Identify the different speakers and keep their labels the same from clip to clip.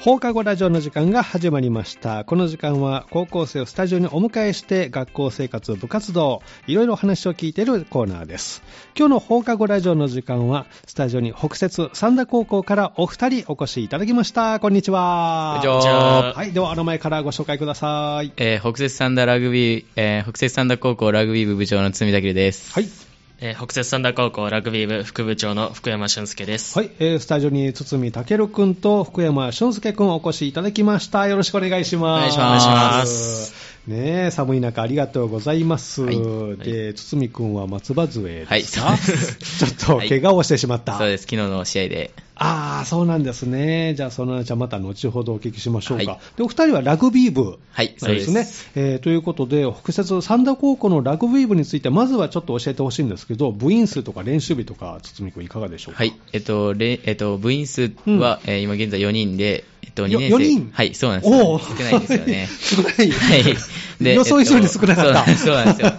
Speaker 1: 放課後ラジオの時間が始まりました。この時間は高校生をスタジオにお迎えして学校生活、部活動、いろいろお話を聞いているコーナーです。今日の放課後ラジオの時間はスタジオに北節三田高校からお二人お越しいただきました。こんにちは。
Speaker 2: こんにちは
Speaker 1: はい、ではお名前からご紹介ください。
Speaker 2: えー北摂三田ラグビー、えー北摂三田高校ラグビー部部長の堤武です。
Speaker 1: はい。
Speaker 3: えー北摂三田高校ラグビー部副部長の福山俊介です。。
Speaker 1: はい、えースタジオに堤健くんと福山俊介くんお越しいただきました。よろしくお願いします。
Speaker 2: お願いします
Speaker 1: ねえ、寒い中ありがとうございます。
Speaker 2: はい
Speaker 1: で、堤くんは松葉杖
Speaker 2: は
Speaker 1: で
Speaker 2: い、
Speaker 1: すか、
Speaker 2: そう
Speaker 1: ちょっと怪我をしてしまった。
Speaker 2: そうです。昨日の試合で。
Speaker 1: ああ、そうなんですね。じゃあ、その話はまた後ほどお聞きしましょうか。
Speaker 2: はい
Speaker 1: で、お二人はラグビー部。
Speaker 2: はい、
Speaker 1: そうですね。えーということで、北節三田高校のラグビー部について、まずはちょっと教えてほしいんですけど、部員数とか練習日とか、堤くんいかがでしょうか
Speaker 2: はい、えっと、れえっと、部員数は、えー今現在4人で、えっと、2年生。
Speaker 1: よ4人
Speaker 2: はい、そうなんです。
Speaker 1: おお
Speaker 2: 少ないですよね。
Speaker 1: 少ない。
Speaker 2: はい。
Speaker 1: 予想以上に少なかった
Speaker 2: えとそうなんそうなんですよ。
Speaker 1: は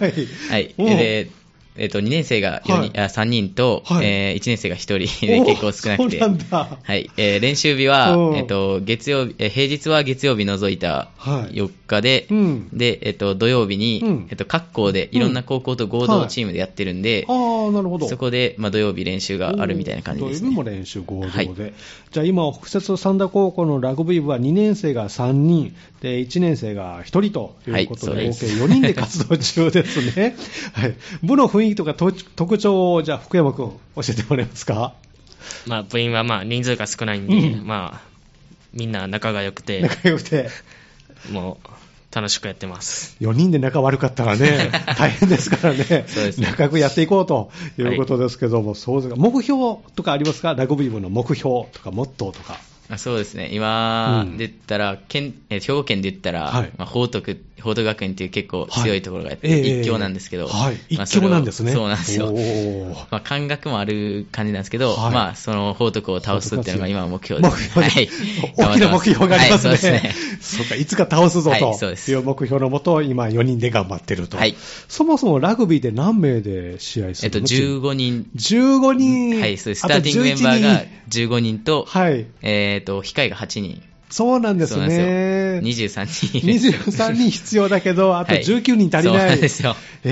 Speaker 2: はいい。
Speaker 1: おう
Speaker 2: で、えっと、2年生が四人、
Speaker 1: は
Speaker 2: あ3人と、
Speaker 1: はい
Speaker 2: え1年生が1人で
Speaker 1: おう
Speaker 2: 結構少なくて。
Speaker 1: そうなんだ
Speaker 2: はい。えー練習日は
Speaker 1: おう、
Speaker 2: えっと、月曜日、えー平日は月曜日除いた
Speaker 1: はい
Speaker 2: 4日で、
Speaker 1: うん
Speaker 2: で、えっと、土曜日に、
Speaker 1: うん
Speaker 2: えっと、各校でいろんな高校と合同チームでやってるんで、
Speaker 1: ああ、なるほど。
Speaker 2: そこで、まあ、土曜日練習があるみたいな感じです、ね。
Speaker 1: 土曜日も練習合同で、
Speaker 2: はい
Speaker 1: じゃあ今、北摂三田高校のラグビー部は2年生が3人、で1年生が1人ということで、
Speaker 2: は
Speaker 1: 合計
Speaker 2: いそうです
Speaker 1: 4人で活動中です ね、はい、部の雰囲気とかと特徴を、じゃあ福山君、教えてもらえますか。
Speaker 3: まあ、部員はまあ人数が少ないんで、
Speaker 1: うん
Speaker 3: まあ、みんな仲が良くて、
Speaker 1: 仲良くて
Speaker 3: もう楽しくやってます。
Speaker 1: 4人で仲悪かったら ね、大変ですからね
Speaker 2: そうです、ね
Speaker 1: 仲良くやっていこうということですけども、そうですか目標とかありますか、ラグビー部の目標とか、モットーとか。
Speaker 2: あそうですね、今
Speaker 1: うん
Speaker 2: で言ったら、県えー兵庫県で言ったら、
Speaker 1: はい
Speaker 2: まあ、報徳報徳学園っていう結構
Speaker 1: はい
Speaker 2: 強いところがあって、
Speaker 1: ええ
Speaker 2: 一強なんですけど、
Speaker 1: はい
Speaker 2: まあ
Speaker 1: 一強なんですね
Speaker 2: それをそうなんです
Speaker 1: お
Speaker 2: よ
Speaker 1: ー、
Speaker 2: まあ、感覚もある感じなんですけど、
Speaker 1: はい
Speaker 2: まあ、その報徳を倒すっていうのが今の目標で
Speaker 1: 目
Speaker 2: す、
Speaker 1: 標で 大
Speaker 2: はい
Speaker 1: きな目標がありますね。
Speaker 2: はい、そ うですね
Speaker 1: そうか、いつか倒すぞ
Speaker 2: はいそう
Speaker 1: と
Speaker 2: です
Speaker 1: いう目標のもと、今4人で頑張ってると。
Speaker 2: はい
Speaker 1: そもそもラグビーで何名で試合す
Speaker 2: えっ
Speaker 1: るの
Speaker 2: と、15人、
Speaker 1: 15人。
Speaker 2: はい、そうですス
Speaker 1: あと
Speaker 2: ターティングメンバー
Speaker 1: 11
Speaker 2: が
Speaker 1: 人
Speaker 2: 15人と、
Speaker 1: はい。
Speaker 2: えっと控えが8人、
Speaker 1: そうなんです
Speaker 2: そうなんです
Speaker 1: ね
Speaker 2: よ。。23人 いる、
Speaker 1: 23人必要だけど、あと
Speaker 2: はい
Speaker 1: 19人足りない。
Speaker 2: そうなんですよ
Speaker 1: え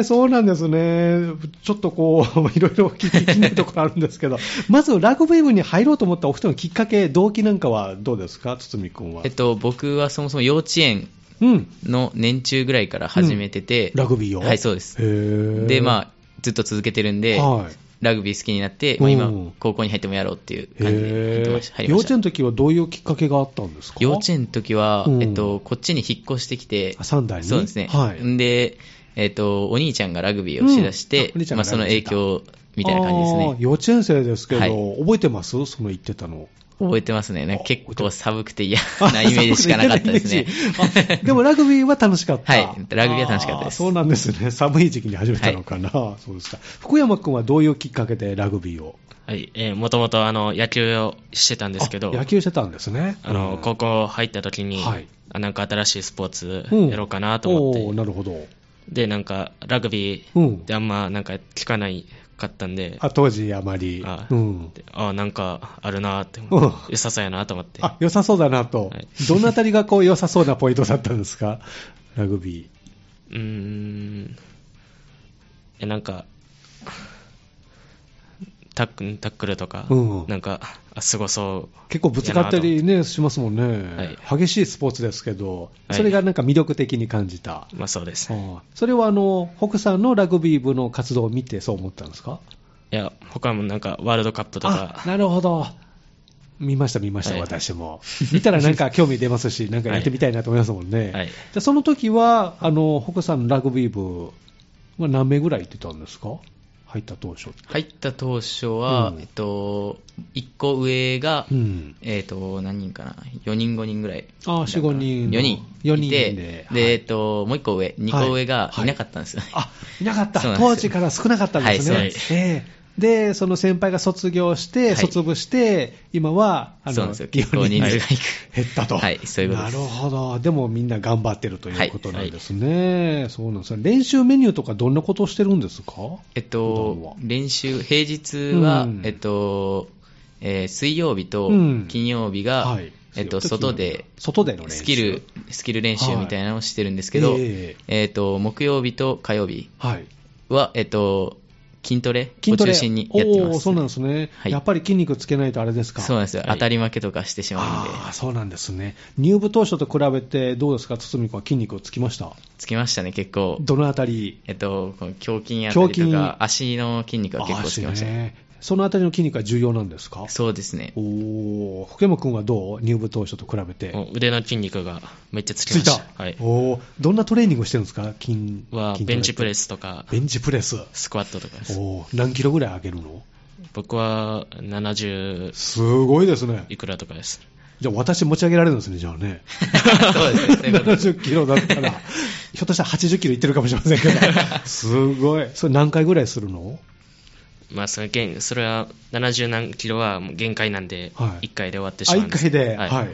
Speaker 1: ー、そうなんですね。ちょっとこう、 いろいろ聞き気になるところあるんですけど、 まずラグビー部に入ろうと思ったお二人のきっかけ、動機なんかはどうですか、堤君は。
Speaker 2: えっと、僕はそもそも幼稚園
Speaker 1: うん。
Speaker 2: の年中ぐらいから始めてて、
Speaker 1: ラグビーを
Speaker 2: はい、そうです。
Speaker 1: へー
Speaker 2: で、まあ、ずっと続けてるんで、
Speaker 1: はい
Speaker 2: ラグビー好きになって、ま
Speaker 1: う
Speaker 2: あ、
Speaker 1: ん
Speaker 2: 今、高校に入ってもやろうっていう感じで入ってまし
Speaker 1: へー
Speaker 2: 入り
Speaker 1: 幼
Speaker 2: まし
Speaker 1: 稚
Speaker 2: た。
Speaker 1: 園の時はどういうきっかけがあったんですか
Speaker 2: 幼稚園の時は、
Speaker 1: うん
Speaker 2: えっと、こっちに引っ越してきて、
Speaker 1: あ三代に
Speaker 2: そうですね。
Speaker 1: はい
Speaker 2: んで、えっと、お兄ちゃんがラグビーをしだし
Speaker 1: うんあ
Speaker 2: て
Speaker 1: お兄ち、ゃん
Speaker 2: ま
Speaker 1: が
Speaker 2: あ、その
Speaker 1: ラグビ
Speaker 2: 影
Speaker 1: ーだ
Speaker 2: 響みたいな感じです
Speaker 1: あー
Speaker 2: ね。
Speaker 1: 幼稚園生ですけど、
Speaker 2: はい
Speaker 1: 覚えてますその言ってたの。
Speaker 2: 覚えてますね。なんか結構寒くて嫌
Speaker 1: あ
Speaker 2: なイメージしかなかったですね。
Speaker 1: そう いうイメージあ でもラグビーは楽しかった。
Speaker 2: はいラグビーは楽しかったです
Speaker 1: あーそうなんですね。寒い時期に始めたのかな。そうですか。福山君はどういうきっかけでラグビーを
Speaker 3: はい、えー、もともとあの野球をしてたんですけど
Speaker 1: あ、野球してたんですね。
Speaker 3: あの、高校入った時に、
Speaker 1: はい
Speaker 3: あなんか新しいスポーツ
Speaker 1: うん
Speaker 3: やろうかなと思って、
Speaker 1: おーなるほど。
Speaker 3: で、なんかラグビ
Speaker 1: う
Speaker 3: ー
Speaker 1: ん
Speaker 3: ってあんまなんか聞かないかったんで、
Speaker 1: あ、当時あまり。
Speaker 3: あ
Speaker 1: うん。
Speaker 3: であなんかあるなって思って、良さそうやなと思って。
Speaker 1: あ、良さそうだなと。
Speaker 3: はい
Speaker 1: どのあたりがこう良さそうなポイントだったんですかラグビー。
Speaker 3: うーん。え、なんか、タックタックルとか、
Speaker 1: うん
Speaker 3: なんか、あすごそ
Speaker 1: 結構ぶつかったりね、しますもんね、激しいスポーツですけど、
Speaker 3: はい
Speaker 1: それがなんか魅力的に感じた、
Speaker 3: う。まあそうです
Speaker 1: う
Speaker 3: ね。
Speaker 1: んそれはあの北さんのラグビー部の活動を見て、そう思ったんですか
Speaker 3: いや、他もなんか、ワールドカップと
Speaker 1: あ
Speaker 3: か、
Speaker 1: なるほど、見ました、見ました、
Speaker 3: はい
Speaker 1: 私も、見たらなんか興味出ます し、なんかやってみたいなと思いますもんね、
Speaker 3: はい
Speaker 1: じゃあその時はあの北さんのラグビー部は何名ぐらい行ってたんですか、入った当初。
Speaker 2: 入った当初は、
Speaker 1: うん
Speaker 2: えっと、1個上が、
Speaker 1: うん
Speaker 2: えっと、何人かな ?4 人、5人ぐらい。
Speaker 1: あー4 5人
Speaker 2: 4人。
Speaker 1: 4人
Speaker 2: い
Speaker 1: で
Speaker 2: て
Speaker 1: はい
Speaker 2: で、えっと、もう1個上、2個上がいなかったんですよね。
Speaker 1: あいなかった、
Speaker 2: そうなんですよ
Speaker 1: 当時から少なかったんですね、
Speaker 2: はい
Speaker 3: そうで
Speaker 1: ええでその先輩が卒業して、
Speaker 2: はい
Speaker 1: 卒部して、今はあ
Speaker 2: そう
Speaker 1: の
Speaker 2: なんですよ結構人数がいく
Speaker 1: 減ったと、
Speaker 2: はいそういうことです
Speaker 1: なるほど、でもみんな頑張ってるということなんですね、そうなんですね練習メニューとか、どんなことをしてるんですか、
Speaker 2: えっ
Speaker 1: 普段は
Speaker 2: と、練習、平日は、
Speaker 1: うん
Speaker 2: えっと、えー水曜日と
Speaker 1: うん
Speaker 2: 金曜日が、
Speaker 1: はい
Speaker 2: えっと、外で、
Speaker 1: 外での練習
Speaker 2: スキル、スキル練習みたいなのをしてるんですけど、
Speaker 1: ええ
Speaker 2: えっと、木曜日と火曜日
Speaker 1: はい
Speaker 2: は、えっと、筋トレを中心にやってま
Speaker 1: おー
Speaker 2: す。
Speaker 1: そうなんですね、
Speaker 2: はい
Speaker 1: やっぱり筋肉つけないとあれですか
Speaker 2: そうなんですよ。
Speaker 3: はい
Speaker 2: 当たり負けとかしてしまうんで、
Speaker 1: ああそうなんですね入部当初と比べてどうですか堤君は筋肉をつきました
Speaker 2: つきましたね、結構。
Speaker 1: どのあたり
Speaker 2: えっと、この胸筋あたり
Speaker 1: 胸
Speaker 2: と
Speaker 1: 筋
Speaker 2: か、足の筋肉は結構つきました
Speaker 1: あー
Speaker 2: ね。
Speaker 1: ねそのあたりの筋肉は重要なんですか
Speaker 2: そうです ね。
Speaker 1: おお福山君はどう入部当初と比べて
Speaker 3: もう腕の筋肉がめっちゃつき
Speaker 1: つ
Speaker 3: ま
Speaker 1: いた
Speaker 3: し、た。はい。
Speaker 1: おーどんなトレーニングをしてるんですか筋
Speaker 3: は、
Speaker 1: 筋トレって
Speaker 3: ベンチプレスとか、
Speaker 1: ベンチプレス
Speaker 3: スクワットとかです。
Speaker 1: おー何キロぐらい上げるの
Speaker 3: 僕は70
Speaker 1: すごいですね
Speaker 3: いくらとかです。
Speaker 1: じゃあ私持ち上げられるんですねじゃあね
Speaker 2: そうですね。そういうことです
Speaker 1: 70キロだったら ひょっとしたら80キロいってるかもしれませんけどすごいそれ何回ぐらいするの
Speaker 3: まあ、その限それは70何キロはもう限界なんで、
Speaker 1: はい
Speaker 3: 1回で終わってし
Speaker 1: あ
Speaker 3: ま
Speaker 1: 1
Speaker 3: うんです。
Speaker 1: 回で、は
Speaker 3: はいい。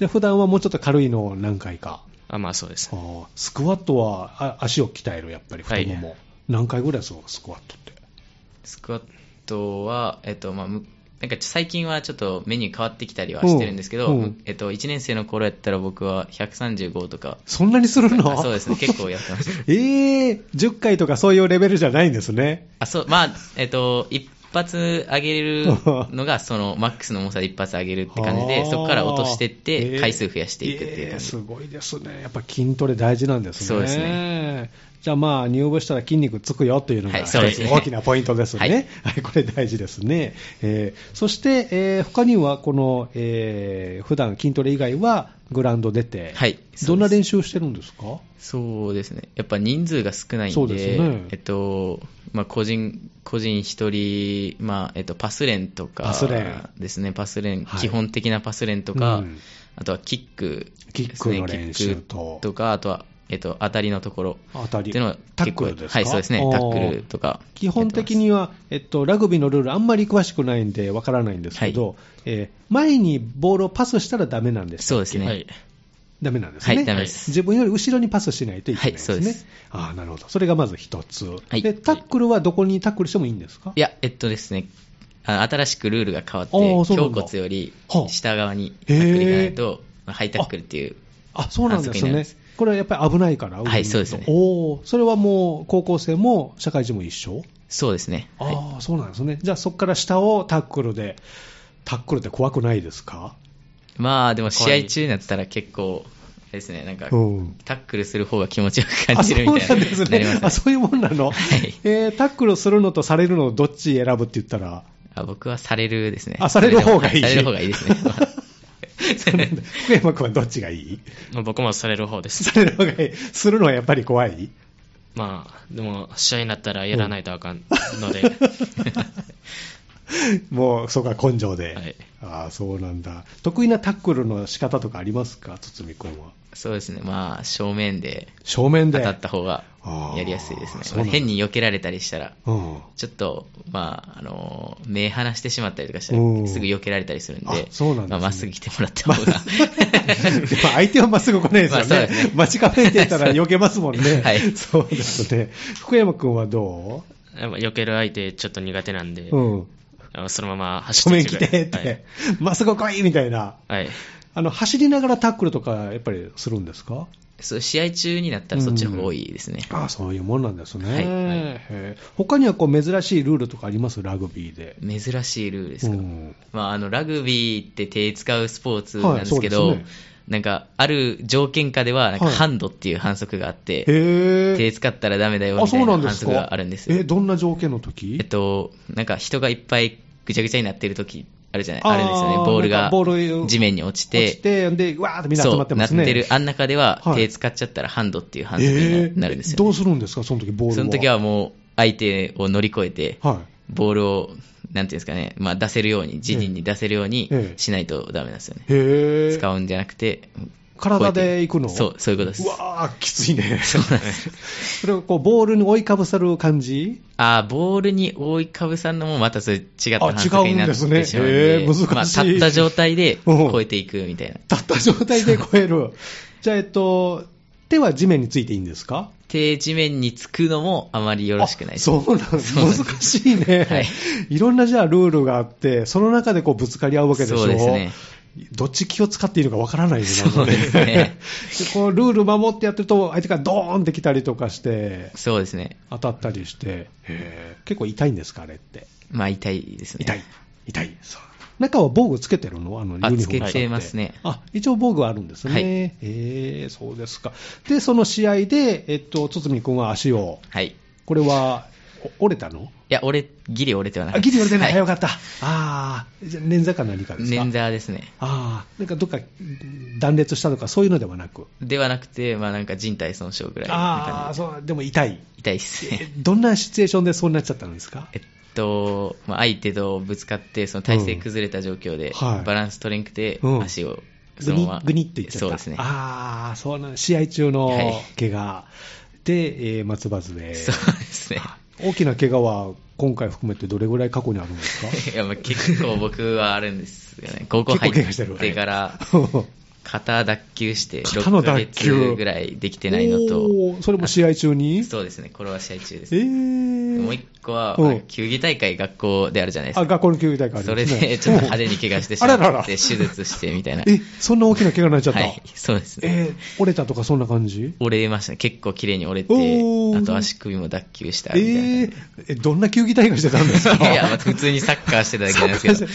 Speaker 1: で普段はもうちょっと軽いのを何回か
Speaker 3: あ、まあそうです
Speaker 1: あ。ースクワットはあ足を鍛えるやっぱり太もも、
Speaker 3: は
Speaker 1: 何回ぐらいするのスクワットって
Speaker 2: スクワットは、えっと、まあ、むなんか最近はちょっとメニュー変わってきたりはしてるんですけど、
Speaker 1: うんうん
Speaker 2: えっと、1年生の頃やったら僕は135 とか、
Speaker 1: そんなにするの
Speaker 2: あそうですね、結構やってました。
Speaker 1: ええ10回とかそういうレベルじゃないんですね。
Speaker 2: あ、そう、まあ、えっと、一発上げるのが、その、マックスの重さで一発上げるって感じ
Speaker 1: あ
Speaker 2: で、
Speaker 1: ー
Speaker 2: そこから落としてっ
Speaker 1: え
Speaker 2: て、
Speaker 1: ー
Speaker 2: 回数増やしていくっていう感じ。
Speaker 1: ええすごいですね。やっぱ筋トレ大事なんですね。
Speaker 2: そうです
Speaker 1: ね。じゃあまあ入部したら筋肉つくよというのが
Speaker 2: はい
Speaker 1: 一つ
Speaker 2: そうですね
Speaker 1: 大きなポイントです
Speaker 2: はい
Speaker 1: ね。はい、これ大事ですね。えーそして、えー他にはこの、えー普段筋トレ以外はグラウンド出て、
Speaker 2: はい
Speaker 1: どんな
Speaker 2: そうです
Speaker 1: 練習をしてるんですか
Speaker 2: そうですね。やっぱ人数が少ない
Speaker 1: そ
Speaker 2: ん
Speaker 1: う
Speaker 2: で、
Speaker 1: ですね
Speaker 2: えっと、まあ、個人、個人一人、まあ、えっと、パス練とか、
Speaker 1: パス練
Speaker 2: ですね、パス練、
Speaker 1: はい
Speaker 2: 基本的なパス練とか、
Speaker 1: うん
Speaker 2: あとはキック
Speaker 1: キックの練習と
Speaker 2: ですねキックとか、あとは、えっと、当たりのところ。
Speaker 1: あた
Speaker 2: って
Speaker 1: り。
Speaker 2: いうのは
Speaker 1: タ
Speaker 2: 結
Speaker 1: ッ
Speaker 2: 構
Speaker 1: クルですか
Speaker 2: はい、そうですね。タックルとか。
Speaker 1: 基本的には、えっと、ラグビーのルール、あんまり詳しくないんでわからないんですけど、
Speaker 2: は
Speaker 1: えー前にボールをパスしたらダメなんです
Speaker 2: そうですね。
Speaker 3: はい。
Speaker 1: ダメなんですね、
Speaker 2: はいダメです
Speaker 1: 自分より後ろにパスしないといけないんですね、
Speaker 2: はいそうです
Speaker 1: あーなるほど、それがまず一つ、
Speaker 2: はい
Speaker 1: で、タックルはどこにタックルしてもいいんですか
Speaker 2: いや、えっとですね、あ新しくルールが変わって、
Speaker 1: あーそうな
Speaker 2: 胸
Speaker 1: んだ
Speaker 2: 骨より
Speaker 1: はあ
Speaker 2: 下側にタックルいかないと、まあハイタックルっていう、
Speaker 1: あそうなんです
Speaker 2: 反則にな
Speaker 1: ね
Speaker 2: ります、
Speaker 1: これはやっぱり危ないから、
Speaker 2: はい
Speaker 1: 上に
Speaker 2: そうですね
Speaker 1: おーそれはもう高校生も社会人も一緒、
Speaker 2: そうですね。
Speaker 1: あ
Speaker 2: はい
Speaker 1: あーそうなんですね、じゃあそこから下をタックルで、タックルって怖くないですか、
Speaker 2: まあ、でも
Speaker 3: 怖い
Speaker 2: 試合中になったら結構、あれですね、なんか、
Speaker 1: うん
Speaker 2: タックルする方が気持ちよく感じるみたいな。
Speaker 1: あそうなん
Speaker 2: な
Speaker 1: で
Speaker 2: り
Speaker 1: すね。
Speaker 2: ま
Speaker 1: あ、
Speaker 2: すね
Speaker 1: そういうもんなの。
Speaker 2: はい
Speaker 1: えータックルするのとされるのをどっち選ぶって言った ら、
Speaker 2: あ僕はされるですね。
Speaker 1: あされる方がいい
Speaker 2: される方 がいいですね。
Speaker 1: そうなんだ福山君はどっちがいい
Speaker 3: まあ、僕もされる方で す。
Speaker 1: される方がいい。するのはやっぱり怖い
Speaker 3: まあ、でも、試合になったらやらないとあかんので、
Speaker 1: もう、そこは根性で。
Speaker 3: はい
Speaker 1: ああ、そうなんだ。得意なタックルの仕方とかありますか堤君は。
Speaker 2: そうですね。まあ、正面で
Speaker 1: 正面
Speaker 2: 当
Speaker 1: で。
Speaker 2: たった方が
Speaker 1: あー
Speaker 2: やりやすいですね。
Speaker 1: そうな
Speaker 2: まあ
Speaker 1: んだ
Speaker 2: 変に避けられたりしたら、
Speaker 1: うん。
Speaker 2: ちょっと、まあ、あの、目離してしまったりとかした
Speaker 1: うん
Speaker 2: ら、すぐ避けられたりするん
Speaker 1: あ
Speaker 2: で、
Speaker 1: そうなんですね
Speaker 2: まあまっすぐ来てもらった方が。
Speaker 1: でも相手はまっすぐ来ないですよ
Speaker 2: まあそう
Speaker 1: ね
Speaker 2: ですね。
Speaker 1: 待ち構え てたら避けますもんね。
Speaker 2: はい
Speaker 1: そうですね。福山君はど
Speaker 3: やっぱ避ける相手ちょっと苦手なんで、
Speaker 1: ううん。
Speaker 3: あのそのまま走
Speaker 1: 正
Speaker 3: って
Speaker 1: 面来
Speaker 3: いく
Speaker 1: てって、まっすぐ来いみたいな。
Speaker 3: はい。はい
Speaker 1: あの走りながらタックルとか、やっぱりするんですか
Speaker 2: そう試合中になったらそっちの方が多いですね。
Speaker 1: ああそういうもんなんですね、
Speaker 2: はい
Speaker 1: へえ他にはこう珍しいルールとかあります、ラグビーで。
Speaker 2: 珍しいルールですか。
Speaker 1: うん
Speaker 2: まあ、あの、ラグビーって手使うスポーツなんですけ
Speaker 1: は
Speaker 2: ど、
Speaker 1: いそうですね
Speaker 2: なんか、ある条件下では、なんか、
Speaker 1: はい
Speaker 2: ハンドっていう反則があっ
Speaker 1: へ
Speaker 2: て、手
Speaker 1: え
Speaker 2: 使ったらダメだよ
Speaker 1: あ
Speaker 2: みた
Speaker 1: そう
Speaker 2: い
Speaker 1: な
Speaker 2: なん
Speaker 1: で
Speaker 2: 反
Speaker 1: す
Speaker 2: 則
Speaker 1: か
Speaker 2: があるんですよ
Speaker 1: え。どんな条件の時
Speaker 2: えっと、なんか人がいっぱいぐちゃぐちゃになってる時あるじゃない、
Speaker 1: あー
Speaker 2: あるんですよね。ボー
Speaker 1: な
Speaker 2: ル
Speaker 1: んか
Speaker 2: が
Speaker 1: ボール
Speaker 2: 地面に落ち
Speaker 1: 落ちて、
Speaker 2: て、
Speaker 1: で、わーってみんな集
Speaker 2: そ
Speaker 1: まっ
Speaker 2: う、
Speaker 1: て
Speaker 2: な
Speaker 1: ま
Speaker 2: っ
Speaker 1: すね。
Speaker 2: てる、あん中では
Speaker 1: はい
Speaker 2: 手使っちゃったらハンドっていう反則になるんです
Speaker 1: えど
Speaker 2: よ、
Speaker 1: うするんですか、その時ボールは。
Speaker 2: ね。その時はもう相手を乗り越えて、
Speaker 1: はい、
Speaker 2: ボールを、なんていうんですかね、まあ出せるように、自陣に出せるように
Speaker 1: ええ
Speaker 2: しないとダメなんですよね。
Speaker 1: へえ
Speaker 2: 使うんじゃなくて、
Speaker 1: 体で行くの
Speaker 2: そう、そういうことです
Speaker 1: う。わー、きついね。
Speaker 2: そうなんです
Speaker 1: それをこうボールに追いかぶさる感じ
Speaker 2: あーボールに覆いかぶさんのもまたそれ違った反則になってしまうん
Speaker 1: あ違うんで
Speaker 2: で、
Speaker 1: すねへー難しい
Speaker 2: まあ、立った状態で
Speaker 1: うん
Speaker 2: 超えていくみたいな。
Speaker 1: 立った状態で超える。じゃあ、えっと、手は地面についていいんですか
Speaker 2: 手地面につくのもあまりよろしくない
Speaker 1: あそうなんです。難しいね。
Speaker 2: はい
Speaker 1: い。ろんなじゃあルールがあって、その中でこうぶつかり合うわけでしょ。
Speaker 2: そうですね。
Speaker 1: どっち気を使っているかわからない時代
Speaker 2: そうですね
Speaker 1: でこうルール守ってやってると、相手がドーンってきたりとかして、
Speaker 2: そうですね。
Speaker 1: 当たったりして、へー結構痛いんですか、あれって。
Speaker 2: まあ痛いですね。
Speaker 1: 痛い。痛い。そう中は防具つけてるのあの、ユニフォームさ
Speaker 2: あ
Speaker 1: んって
Speaker 2: つけてますね
Speaker 1: あ、一応防具はあるんですね。
Speaker 2: はい
Speaker 1: えーそうですか。で、その試合で、えっと、堤君は足を、
Speaker 2: はい。い
Speaker 1: これは、お折れたの
Speaker 2: や、俺、ギリ折れてはなか
Speaker 1: あ、
Speaker 2: っ
Speaker 1: ギ
Speaker 2: た
Speaker 1: リ折れてない。
Speaker 2: は
Speaker 1: よかった。あーじゃあ、捻挫か何かですか
Speaker 2: 捻挫ですね。
Speaker 1: ああ、なんかどっか断裂したとか、そういうのではなく。
Speaker 2: ではなくて、まあなんか人体損傷ぐらい
Speaker 1: あ
Speaker 2: な
Speaker 1: あ、
Speaker 2: 感じで。
Speaker 1: そう、でも痛い。
Speaker 2: 痛いです
Speaker 1: え
Speaker 2: ね。
Speaker 1: どんなシチュエーションでそうなっちゃったんですか
Speaker 2: えっと、まあ、相手とぶつかって、その体勢崩れた状況で、
Speaker 1: うんはい
Speaker 2: バランス取れんくて、
Speaker 1: うん
Speaker 2: 足をそ
Speaker 1: グ
Speaker 2: の
Speaker 1: ニ
Speaker 2: まま。
Speaker 1: グニっていっちゃった。
Speaker 2: そうですね。
Speaker 1: ああ、そうなん試合中の
Speaker 2: はい
Speaker 1: 怪我で、えー松葉杖。
Speaker 2: そうですね。
Speaker 1: 大きな怪我は今回含めてどれぐらい過去にあるんですか
Speaker 2: いやまあ結構僕はあるんですよね。高校
Speaker 1: 結構
Speaker 2: 入
Speaker 1: 怪我してる
Speaker 2: ってから、 肩脱臼して、
Speaker 1: 肩の
Speaker 2: 6ヶ
Speaker 1: 脱臼
Speaker 2: 月ぐらいできてないのと、
Speaker 1: おーそれも試合中に
Speaker 2: そうですね、これは試合中です
Speaker 1: え
Speaker 2: ね。
Speaker 1: ー
Speaker 2: もう一個は、
Speaker 1: うん
Speaker 2: まあ球技大会学校であるじゃないです
Speaker 1: あ、
Speaker 2: か。
Speaker 1: 学校の球技大会あり
Speaker 2: そ
Speaker 1: ま
Speaker 2: れ
Speaker 1: すね
Speaker 2: でちょっと派手に怪我してしま
Speaker 1: あららら
Speaker 2: って、手術してみたいな。
Speaker 1: え、そんな大きな怪我になっちゃった、
Speaker 2: はい、そうですね。
Speaker 1: えー折れたとかそんな感じ
Speaker 2: 折れましたね。結構綺麗に折れ
Speaker 1: お
Speaker 2: て、
Speaker 1: ー
Speaker 2: あと足首も脱臼した
Speaker 1: え
Speaker 2: みたいな
Speaker 1: ーえどんな球技大会してたんですか
Speaker 2: 感じ。いや、まあ普通にサッカーしてただけなんですけ ど。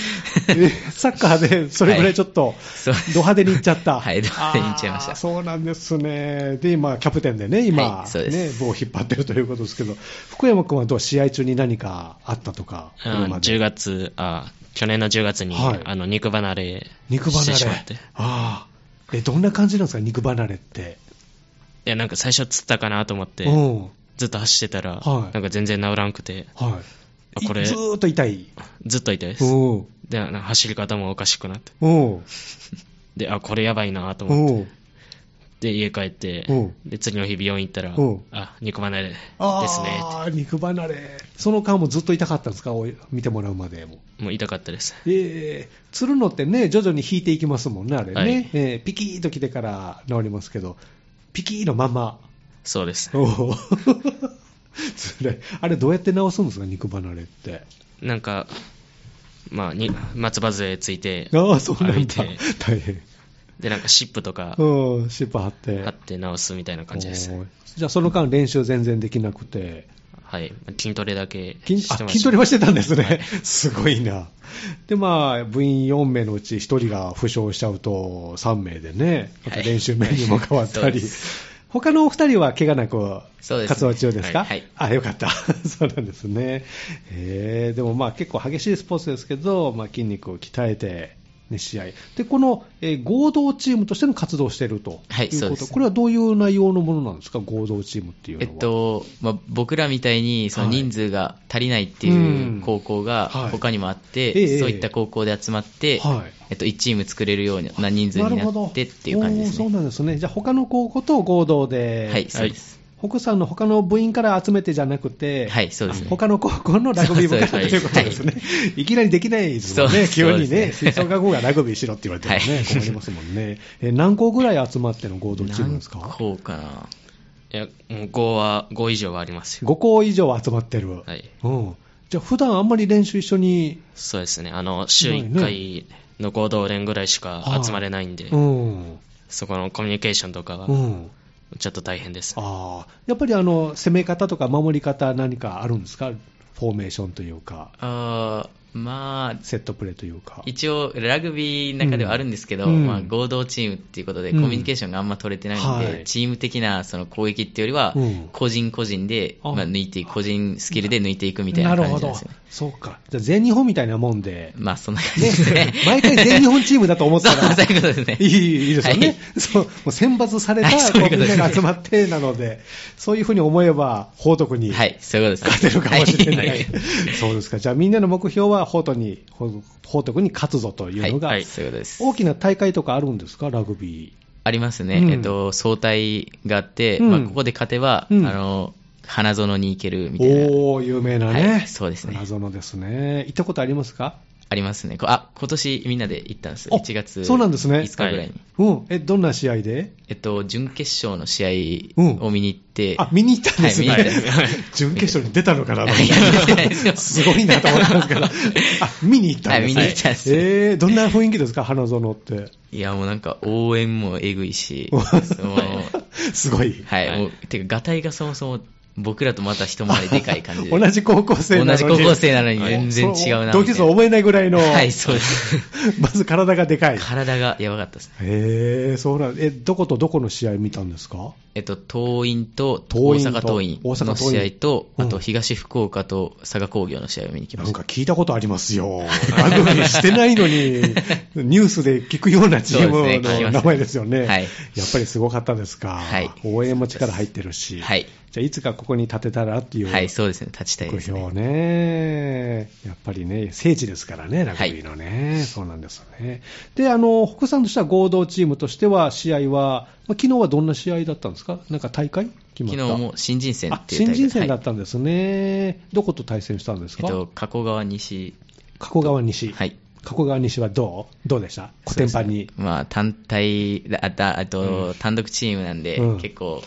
Speaker 1: えサッカーでそれぐらいちょっと
Speaker 2: そうです
Speaker 1: ド派手にいっちゃった。
Speaker 2: はいド派手にいっちゃいました
Speaker 1: あーそうなんですね。で、今、キャプテンでね、今、
Speaker 2: はいそう
Speaker 1: ね
Speaker 2: で、
Speaker 1: 棒を引っ張ってるということですけど、福山君はどう試合中に何かあったとか、今ま
Speaker 3: 10
Speaker 1: で。
Speaker 3: 月、あ去年の10月に、
Speaker 1: はい
Speaker 3: あの肉離れ
Speaker 1: 肉
Speaker 3: し
Speaker 1: 離
Speaker 3: てしま
Speaker 1: れ
Speaker 3: って。い。
Speaker 1: あーえ、どんな感じなんですか、肉離れって。
Speaker 3: や、なんか最初つったかなと思って、
Speaker 1: うん。
Speaker 3: ずっと走ってたら、
Speaker 1: はい
Speaker 3: なんか全然治らんくて、
Speaker 1: はい。
Speaker 3: あこれ
Speaker 1: いずーっと痛い。
Speaker 3: ずっと痛いです。
Speaker 1: お
Speaker 3: で、なんか走り方もおかしくなって。
Speaker 1: お
Speaker 3: で、あ、これやばいなと思って。
Speaker 1: お
Speaker 3: で、家帰って
Speaker 1: うん、
Speaker 3: で、次の日病院行ったら
Speaker 1: うん、
Speaker 3: あ、肉離れですね。
Speaker 1: ああ、肉離れ。その間もずっと痛かったんですかおい見てもらうまでも。
Speaker 3: もう痛かったです。
Speaker 1: ええつるのってね、徐々に引いていきますもんね、あれね。
Speaker 3: はい
Speaker 1: えーピキーと来てから治りますけど、ピキーのまま。
Speaker 3: そうです。
Speaker 1: おお つらい。あれどうやって治すんですか、肉離れって。
Speaker 3: なんか、まあ、に松葉杖ついて、
Speaker 1: ああ、そうなん
Speaker 3: 歩い
Speaker 1: だ
Speaker 3: て。
Speaker 1: 大変。
Speaker 3: で、なんか湿布とか
Speaker 1: うん、シッパ貼って。
Speaker 3: 貼って直すみたいな感じです。
Speaker 1: おーじゃあその間練習全然できなくて。
Speaker 3: はい。筋トレだけ
Speaker 1: 筋
Speaker 3: して
Speaker 1: あ
Speaker 3: ま
Speaker 1: 筋
Speaker 3: した。
Speaker 1: トレはしてたんですね、すごいな。で、まあ、部員4名のうち1人が負傷しちゃうと、3名でね、また練習メニューも変わった
Speaker 2: はい
Speaker 1: り
Speaker 2: そうで、
Speaker 1: 他のお二人は怪我なく
Speaker 2: そうですね
Speaker 1: 活動中ですか、
Speaker 2: はいはい
Speaker 1: あよかった、 そうなんですね、えーでもまあ結構激しいスポーツですけど、まあ、筋肉を鍛えて、ね、試合、でこの、えー合同チームとしての活動をしていると
Speaker 2: はいいうそう
Speaker 1: こ
Speaker 2: で
Speaker 1: と、
Speaker 2: す
Speaker 1: これはどういう内容のものなんですか、合同チームっていう
Speaker 2: え
Speaker 1: のは。
Speaker 2: っと、まあ、僕らみたいにその
Speaker 1: はい
Speaker 2: 人数が足りないって
Speaker 1: う
Speaker 2: い
Speaker 1: ん
Speaker 2: う高校が
Speaker 1: はい
Speaker 2: 他にもあって、
Speaker 1: ええ
Speaker 2: そういった高校で集まって、
Speaker 1: はい
Speaker 2: えっと、1チーム作れるような人数になってっていう感じです
Speaker 1: おーそう
Speaker 2: ね。
Speaker 1: なんですね。じゃあ他の高校と合同で。
Speaker 2: はい、そうです。
Speaker 1: 北さんの他の部員から集めてじゃなくて、
Speaker 2: はいそうですね
Speaker 1: 他の高校のラグビー部からと
Speaker 2: そう
Speaker 1: い
Speaker 2: です
Speaker 1: うことですね。いきなりできないですもん
Speaker 2: そう
Speaker 1: ね。急
Speaker 2: そうで
Speaker 1: に
Speaker 2: すね
Speaker 1: ね、吹奏楽部がラグビーしろって言われてもね、
Speaker 2: はい
Speaker 1: 困りますもんね。え、何校ぐらい集まっての合同チームなん
Speaker 2: 何
Speaker 1: ですか
Speaker 2: 校かない
Speaker 3: や、もう5は、5以上はありますよ。
Speaker 1: ?5 校以上集まってる。
Speaker 3: はい。
Speaker 1: うん。じゃあ普段あんまり練習一緒に、
Speaker 3: そうですね。あの、週1回の合同連ぐらいし
Speaker 1: は
Speaker 3: か
Speaker 1: い
Speaker 3: 集まれないんで
Speaker 1: う、ん。
Speaker 3: そこのコミュニケーションとかが
Speaker 1: うん。
Speaker 3: ちょっと大変です。
Speaker 1: ああ。やっぱりあの、攻め方とか守り方何かあるんですかフォーメーションというか。
Speaker 2: あーまあ、
Speaker 1: セットプレーというか。
Speaker 2: 一応、ラグビーの中ではあるんですけど、
Speaker 1: うん
Speaker 2: まあ、合同チームっていうことで、
Speaker 1: う
Speaker 2: コ
Speaker 1: ん
Speaker 2: ミュニケーションがあんま取れてないんで、
Speaker 1: はい
Speaker 2: チーム的なその攻撃っていうよりは
Speaker 1: うん、
Speaker 2: 個人個人で、
Speaker 1: あ
Speaker 2: まあ、抜いていく、個人スキルで抜いていくみたいな感じなん
Speaker 1: る
Speaker 2: で
Speaker 1: ほ
Speaker 2: す
Speaker 1: ど
Speaker 2: よね。。
Speaker 1: そうか。じゃあ全日本みたいなもんで、
Speaker 2: まあ、そんな感じ
Speaker 1: ね
Speaker 2: ですね。
Speaker 1: 毎回全日本チームだと思ったら
Speaker 2: そう、そういうことですね。
Speaker 1: いいいいですよね、
Speaker 2: はい
Speaker 1: そうもう選抜された
Speaker 2: はいそ
Speaker 1: こ
Speaker 2: ういうこ
Speaker 1: う
Speaker 2: と
Speaker 1: み
Speaker 2: で
Speaker 1: ん
Speaker 2: す
Speaker 1: なが集まってなので、そういうふうに思えば、報徳に
Speaker 2: はい、そういうことです。
Speaker 1: 勝てるかもしれない、
Speaker 2: はい
Speaker 1: そうですか、じゃあみんなの目標は報徳に報徳に勝つぞというのが、
Speaker 2: はいはいそういうことです。
Speaker 1: 大きな大会とかあるんですか、ラグビ
Speaker 2: ありますね。
Speaker 1: うん
Speaker 2: えっと、総体があって、
Speaker 1: うん
Speaker 2: まあ、ここで勝てば、
Speaker 1: うん
Speaker 2: あの、花園に行けるみたいな。
Speaker 1: ー、おー、有名なね、
Speaker 2: はいそうですね
Speaker 1: 謎のですね、行ったことありますか、
Speaker 2: ありますね。こあ、今年みんなで行ったんです。
Speaker 1: お
Speaker 2: 1月
Speaker 1: そうなんですね
Speaker 2: 5日ぐらいに。
Speaker 3: はい
Speaker 1: うん。え、どんな試合で
Speaker 2: えっと、準決勝の試合を見に行って、
Speaker 1: あ、見に行ったんですね。
Speaker 2: はい見に行ったんです
Speaker 1: 準決勝に出たのかなと思って
Speaker 2: いや出てないですよ
Speaker 1: すごいなと思ったんですけど。あ、見に行ったんですね。
Speaker 2: はい見に行ったんです
Speaker 1: えー、どんな雰囲気ですか、花園って。
Speaker 2: いや、もうなんか応援もえぐいし、 もう
Speaker 1: すごい。
Speaker 2: はい、
Speaker 3: はい
Speaker 2: もう、てか、ガタイがそもそも僕らとまた一回りでかい感じ で。
Speaker 1: 同じ高校生なの
Speaker 2: 同
Speaker 1: に。
Speaker 2: じ高校生なのに全然違うな。
Speaker 1: 同級生
Speaker 2: み
Speaker 1: 思えないぐらいの。
Speaker 2: たいなはい、そうです。
Speaker 1: まず体がでかい。
Speaker 2: 体がやばかったですね。
Speaker 1: へえ、そうなんえ、どことどこの試合見たんですか
Speaker 2: えっと、東院と大
Speaker 1: 桐蔭と
Speaker 2: 阪桐
Speaker 1: 大
Speaker 2: 蔭
Speaker 1: 阪
Speaker 2: の
Speaker 1: 桐蔭
Speaker 2: 試合と、
Speaker 1: うん
Speaker 2: あと東福岡と佐賀工業の試合を見に来ま
Speaker 1: なん
Speaker 2: し
Speaker 1: か
Speaker 2: た。
Speaker 1: 聞いたことありますよ。番組してないのに、 ニュースで聞くようなチー
Speaker 2: そう
Speaker 1: ム
Speaker 2: ですね聞き
Speaker 1: の
Speaker 2: ます
Speaker 1: 名前ですよね。
Speaker 2: はい
Speaker 1: やっぱりすごかったですか。
Speaker 2: はい
Speaker 1: 応援も力入ってるし。
Speaker 2: はい。
Speaker 1: じゃあ、いつかここに立てたらっていう。
Speaker 2: はい、そうですね、立ちたい
Speaker 1: 目
Speaker 2: ですね。
Speaker 1: 標ね。やっぱりね、聖地ですからね、ラグビーのね。そうなんですよね。で、あの、北さんとしては合同チームとしては、試合は、まあ昨日はどんな試合だったんですかなんか大会決ま
Speaker 2: 昨
Speaker 1: った
Speaker 2: 日も新人戦
Speaker 1: あ
Speaker 2: っていう大
Speaker 1: 新
Speaker 2: 会
Speaker 1: 人戦だ
Speaker 2: は
Speaker 1: っ
Speaker 2: い
Speaker 1: たんですね、どこと対戦したんです
Speaker 2: え
Speaker 1: か、
Speaker 2: っと、加古川西。
Speaker 1: 加古川西、
Speaker 2: はい。
Speaker 1: 加古川西はどうどうでした古典版に、
Speaker 2: まあ、単体だ、あだあと、単独チームなんで、
Speaker 1: うん
Speaker 2: 結構、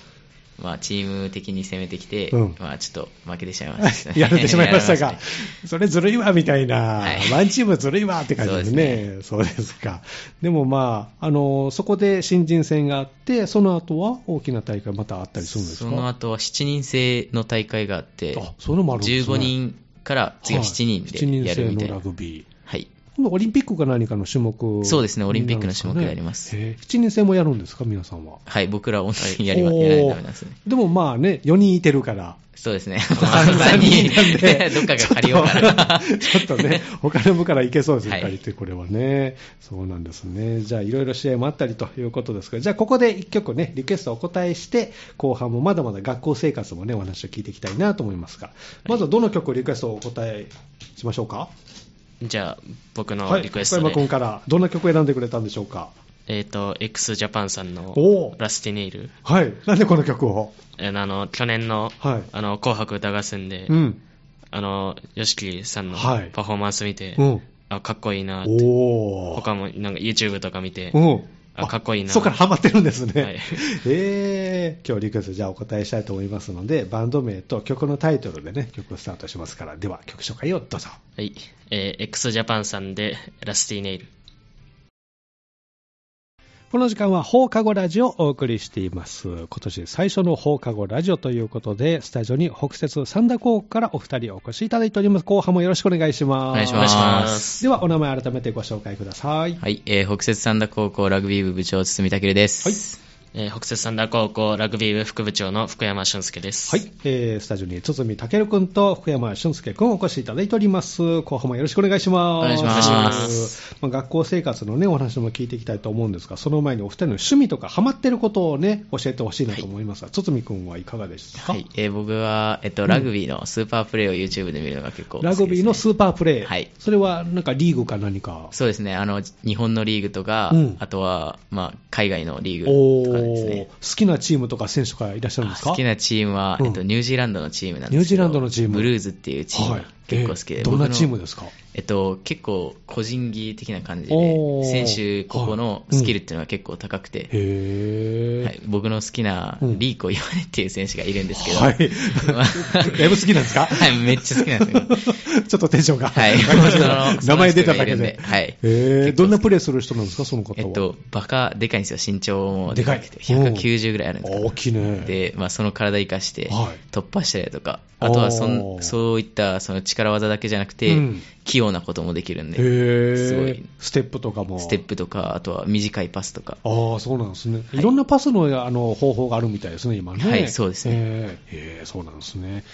Speaker 2: まあ、チーム的に攻めてきて、
Speaker 1: うん。
Speaker 2: まあ、ちょっと負けてしまいました、ね
Speaker 1: やられてしまいましたが
Speaker 2: やられまし、
Speaker 1: それずるいわみたいな、
Speaker 2: はい
Speaker 1: ワンチームずるいわって感じですね、そうですか、でもまああの、そこで新人戦があって、その後は大きな大会、またあったりするんです
Speaker 2: そ
Speaker 1: か
Speaker 2: の後は7人制の大会があって、
Speaker 1: あそういうのもあるんですね
Speaker 2: 15人から次は7
Speaker 1: は
Speaker 2: 人でやるみ
Speaker 1: 7人制
Speaker 2: たい
Speaker 1: の
Speaker 2: な。
Speaker 1: ラグビー。
Speaker 2: はい。
Speaker 1: 今度オリンピックか何かの種目
Speaker 2: そうですねオリンピックの種目
Speaker 1: にな
Speaker 2: や
Speaker 1: る
Speaker 2: り
Speaker 1: ん
Speaker 2: ますす
Speaker 1: かねへえ7人制もやるんですか、皆さんは。
Speaker 2: はい、僕らは本当にやりま、やらないとダメなんですね。
Speaker 1: おーでもまあね、4人いてるから。
Speaker 2: そう ですね。
Speaker 1: 三
Speaker 2: 3人
Speaker 1: なんで
Speaker 2: どっかが借りようかな。
Speaker 1: ちょっと ね、他の部からいけそうです、
Speaker 2: はい
Speaker 1: 借りて、これはね。そうなんですね。じゃあ、いろいろ試合もあったりということですが、じゃあ、ここで一曲ね、リクエストお答えして、後半もまだまだ学校生活もね、お話を聞いていきたいなと思いますが、まずはどの曲をリクエストをお答えしましょうか。
Speaker 3: じゃあ、僕
Speaker 1: は
Speaker 3: の
Speaker 1: い、
Speaker 3: リクエス
Speaker 1: 小
Speaker 3: ト
Speaker 1: 山
Speaker 3: で、
Speaker 1: 君から、どんな曲を選んでくれたんでしょうか。
Speaker 3: えっ、と、x ジャパンさんの
Speaker 1: おー
Speaker 3: ラスティネイル、
Speaker 1: はい。なんでこの曲を
Speaker 3: えーあの、去年の、
Speaker 1: はい
Speaker 3: あの、紅白歌合戦で、
Speaker 1: うん。
Speaker 3: あの、ヨシキさんの
Speaker 1: はい
Speaker 3: パフォーマンス見て、
Speaker 1: うん。
Speaker 3: あかっこいいなって、
Speaker 1: おー。
Speaker 3: 他も、なんか YouTube とか見て、
Speaker 1: うん。
Speaker 3: あかっこいいな
Speaker 1: そうからハマってるんですね。
Speaker 3: はい
Speaker 1: えー今日リクエストじゃあお答えしたいと思いますので、バンド名と曲のタイトルでね、曲をスタートしますから、では曲紹介をどうぞ。
Speaker 3: はい、えー、x ジャパンさんで、ラスティネイル。
Speaker 1: この時間は放課後ラジオをお送りしています。今年最初の放課後ラジオということで、スタジオに北節三田高校からお二人お越しいただいております。後半もよろしくお願いします。
Speaker 2: お願いし
Speaker 3: お願
Speaker 2: ま。
Speaker 3: いしますす
Speaker 1: では、お名前改めてご紹介ください。
Speaker 2: はい、えー北摂三田高校ラグビー部部長、堤健です。
Speaker 1: はい
Speaker 3: えー北摂三田高校ラグビー部副部長の福山俊介です。
Speaker 1: はい、えースタジオに堤健君と福山俊介君をお越しいただいております。後半もよろしくお願いします。。
Speaker 2: お願いします
Speaker 3: お願いします
Speaker 1: まあ、学校生活のね、お話も聞いていきたいと思うんですが、その前にお二人の趣味とかハマってることをね、教えてほしいなと思いますが、堤君はいかがですか、
Speaker 2: はい、えー僕は、えっと、ラグビーのスーパープレーを YouTube で見るのが結構好き
Speaker 1: ラ
Speaker 2: です、ね。
Speaker 1: グビーのスーパープレー。
Speaker 2: はい
Speaker 1: それはなんかリーグか何か。
Speaker 2: そうですね、あの、日本のリーグとか、
Speaker 1: うん
Speaker 2: あとは、まあ、海外のリー
Speaker 1: お
Speaker 2: グとかです
Speaker 1: ー
Speaker 2: ね
Speaker 1: 好。きなチームとか選手とかいらっしゃるんです
Speaker 2: あ
Speaker 1: か
Speaker 2: 好きなチームは、
Speaker 1: うん
Speaker 2: えっと、ニュージーランドのチームなんですけど
Speaker 1: ニュージーランドのチーム
Speaker 2: ブルーズっていうチームが結構好きで、
Speaker 1: えーどんな
Speaker 2: 僕の
Speaker 1: チームですか
Speaker 2: えっと、結構個人技的な感じ
Speaker 1: おー
Speaker 2: で、選手個々のスキルっていうのは結構高くて、
Speaker 1: へー。
Speaker 2: はい、僕の好きな
Speaker 1: うん
Speaker 2: リーコ・ヨネっていう選手がいるんですけど、。
Speaker 1: はいだいぶ好きなんですか
Speaker 2: はい、めっちゃ好きなんですよ。
Speaker 1: ちょっとテンションが。
Speaker 2: はい
Speaker 1: 上がりましたけど
Speaker 2: そのその人
Speaker 1: 名前出ただけ
Speaker 2: がい
Speaker 1: で。
Speaker 2: るんではい
Speaker 1: え
Speaker 2: 結
Speaker 1: ー、
Speaker 2: 構
Speaker 1: どんなプレーする人なんですか、その方は。
Speaker 2: えっと、バカでかいんですよ、身長も
Speaker 1: でかい
Speaker 2: くて、190ぐらいあるんですけど
Speaker 1: 大きいね。
Speaker 2: で、まあ、その体生かして
Speaker 1: はい
Speaker 2: 突破したりだとか、あとはそ
Speaker 1: おー
Speaker 2: んそういったその力技だけじゃなくて、
Speaker 1: うん
Speaker 2: 器用なこともできるん
Speaker 1: へ
Speaker 2: で、
Speaker 1: ー
Speaker 2: すごい
Speaker 1: ステップとかも。
Speaker 2: ステップとか、あとは短いパスとか、
Speaker 1: ああ、そうなんですね。
Speaker 2: い
Speaker 1: いろんなパスのあの方法があるみたいですね、今ね。
Speaker 2: はいそうですね
Speaker 1: ね。えー、そうなんですね。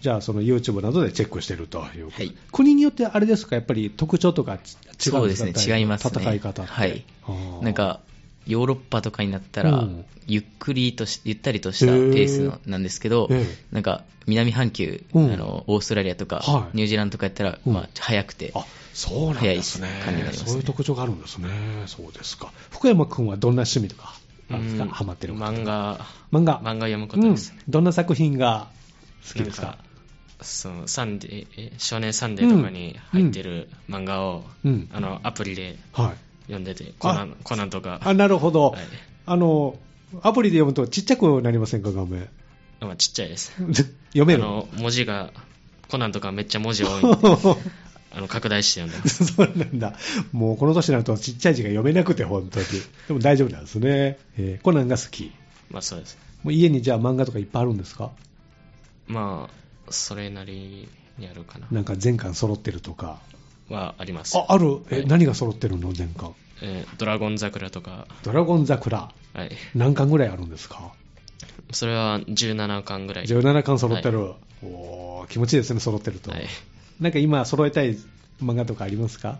Speaker 1: じゃあ、その YouTube などでチェックしてるということ、
Speaker 2: はい
Speaker 1: 国によってあれですか、やっぱり特徴とか違うんですか
Speaker 2: そうですね、違いますね。
Speaker 1: 戦い方って。
Speaker 2: はい
Speaker 1: あ。ー
Speaker 2: なんか、ヨーロッパとかになったら、
Speaker 1: うん
Speaker 2: ゆっくりとし、ゆったりとしたペースのなんですけど、
Speaker 1: ええ
Speaker 2: なんか、南半球、
Speaker 1: うん
Speaker 2: あの、オーストラリアとか、
Speaker 1: はい
Speaker 2: ニュージーランドとかやったら、
Speaker 1: うん
Speaker 2: まあ、早くて、
Speaker 1: あそうなんですね
Speaker 2: 早い感じになりますね
Speaker 1: そういう特徴があるんですね、そうですか、福山君はどんな趣味とかあ
Speaker 3: う
Speaker 1: るんです
Speaker 3: ん
Speaker 1: か、ハマってること
Speaker 3: 漫画、
Speaker 1: 漫画
Speaker 3: 漫画読むことですね。
Speaker 1: うん、どんな作品が好きですか、
Speaker 3: そのサンデーえ少年サンデーとかに入ってる漫画を、
Speaker 1: うん
Speaker 3: あのアプリで
Speaker 1: はい。
Speaker 3: 読んでて、コナンコナンとか、
Speaker 1: あ、なるほど。
Speaker 3: はい
Speaker 1: あの、アプリで読むとちっちゃくなりませんか、画面。
Speaker 3: まあ、ちっちゃいです。
Speaker 1: 読め
Speaker 3: あ
Speaker 1: る
Speaker 3: の文字が、コナンとかめっちゃ文字多いんであの拡大して読んでます。
Speaker 1: そうなんだ。もうこの年になるとちっちゃい字が読めなくて、本当に。でも大丈夫なんですね。えーコナンが好き。
Speaker 3: まあそうです。
Speaker 1: もう家にじゃあ漫画とかいっぱいあるんですか
Speaker 3: まあ、それなりにあるかな。
Speaker 1: なんか全巻揃ってるとか。
Speaker 3: はあります。
Speaker 1: あ、ある。え、
Speaker 3: はい
Speaker 1: 何が揃ってるの全巻。
Speaker 3: えードラゴン桜とか、
Speaker 1: ドラゴン桜。
Speaker 3: はい。
Speaker 1: 何巻ぐらいあるんですか
Speaker 3: それは17巻ぐらい。
Speaker 1: ?17 巻揃ってる。おー、気持ちいいですね、揃ってると。
Speaker 3: はい。
Speaker 1: なんか今揃えたい漫画とかありますか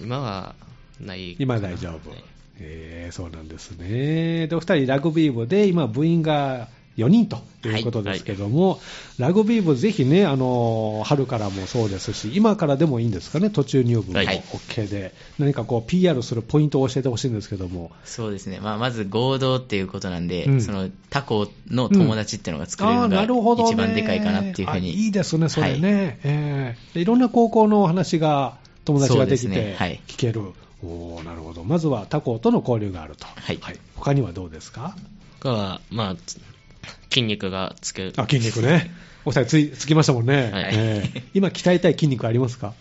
Speaker 3: 今はない。
Speaker 1: 今大丈夫
Speaker 3: はい。
Speaker 1: えー、そうなんですね。で、お二人ラグビー部で、今部員が4人ということですけども、ラグビー部ぜひね、あの、春からもそうですし、今からでもいいんですかね、途中入部も
Speaker 2: はい
Speaker 1: OK で、何かこう PR するポイントを教えてほしいんですけども。
Speaker 2: そうですね、まあ、まず合同っていうことなんで、
Speaker 1: うん
Speaker 2: その他校の友達っていうのが作れる
Speaker 1: あ
Speaker 2: の
Speaker 1: ー
Speaker 2: が
Speaker 1: なるほどね
Speaker 2: 一番でかいかなっていうふうに、
Speaker 1: あいいですね、それ
Speaker 2: はい
Speaker 1: ね、えーでいろんな高校のお話が、友達ができ
Speaker 2: そうです
Speaker 1: て
Speaker 2: ねはい
Speaker 1: 聞ける、おーなるほど、まずは他校との交流があると、
Speaker 2: はい
Speaker 1: 他にはどうですか
Speaker 3: 僕は、まあ、つ筋肉がつける。
Speaker 1: あ筋肉ね、お二人ついつきましたもんね、
Speaker 3: はい
Speaker 1: えー今、鍛えたい筋肉ありますか、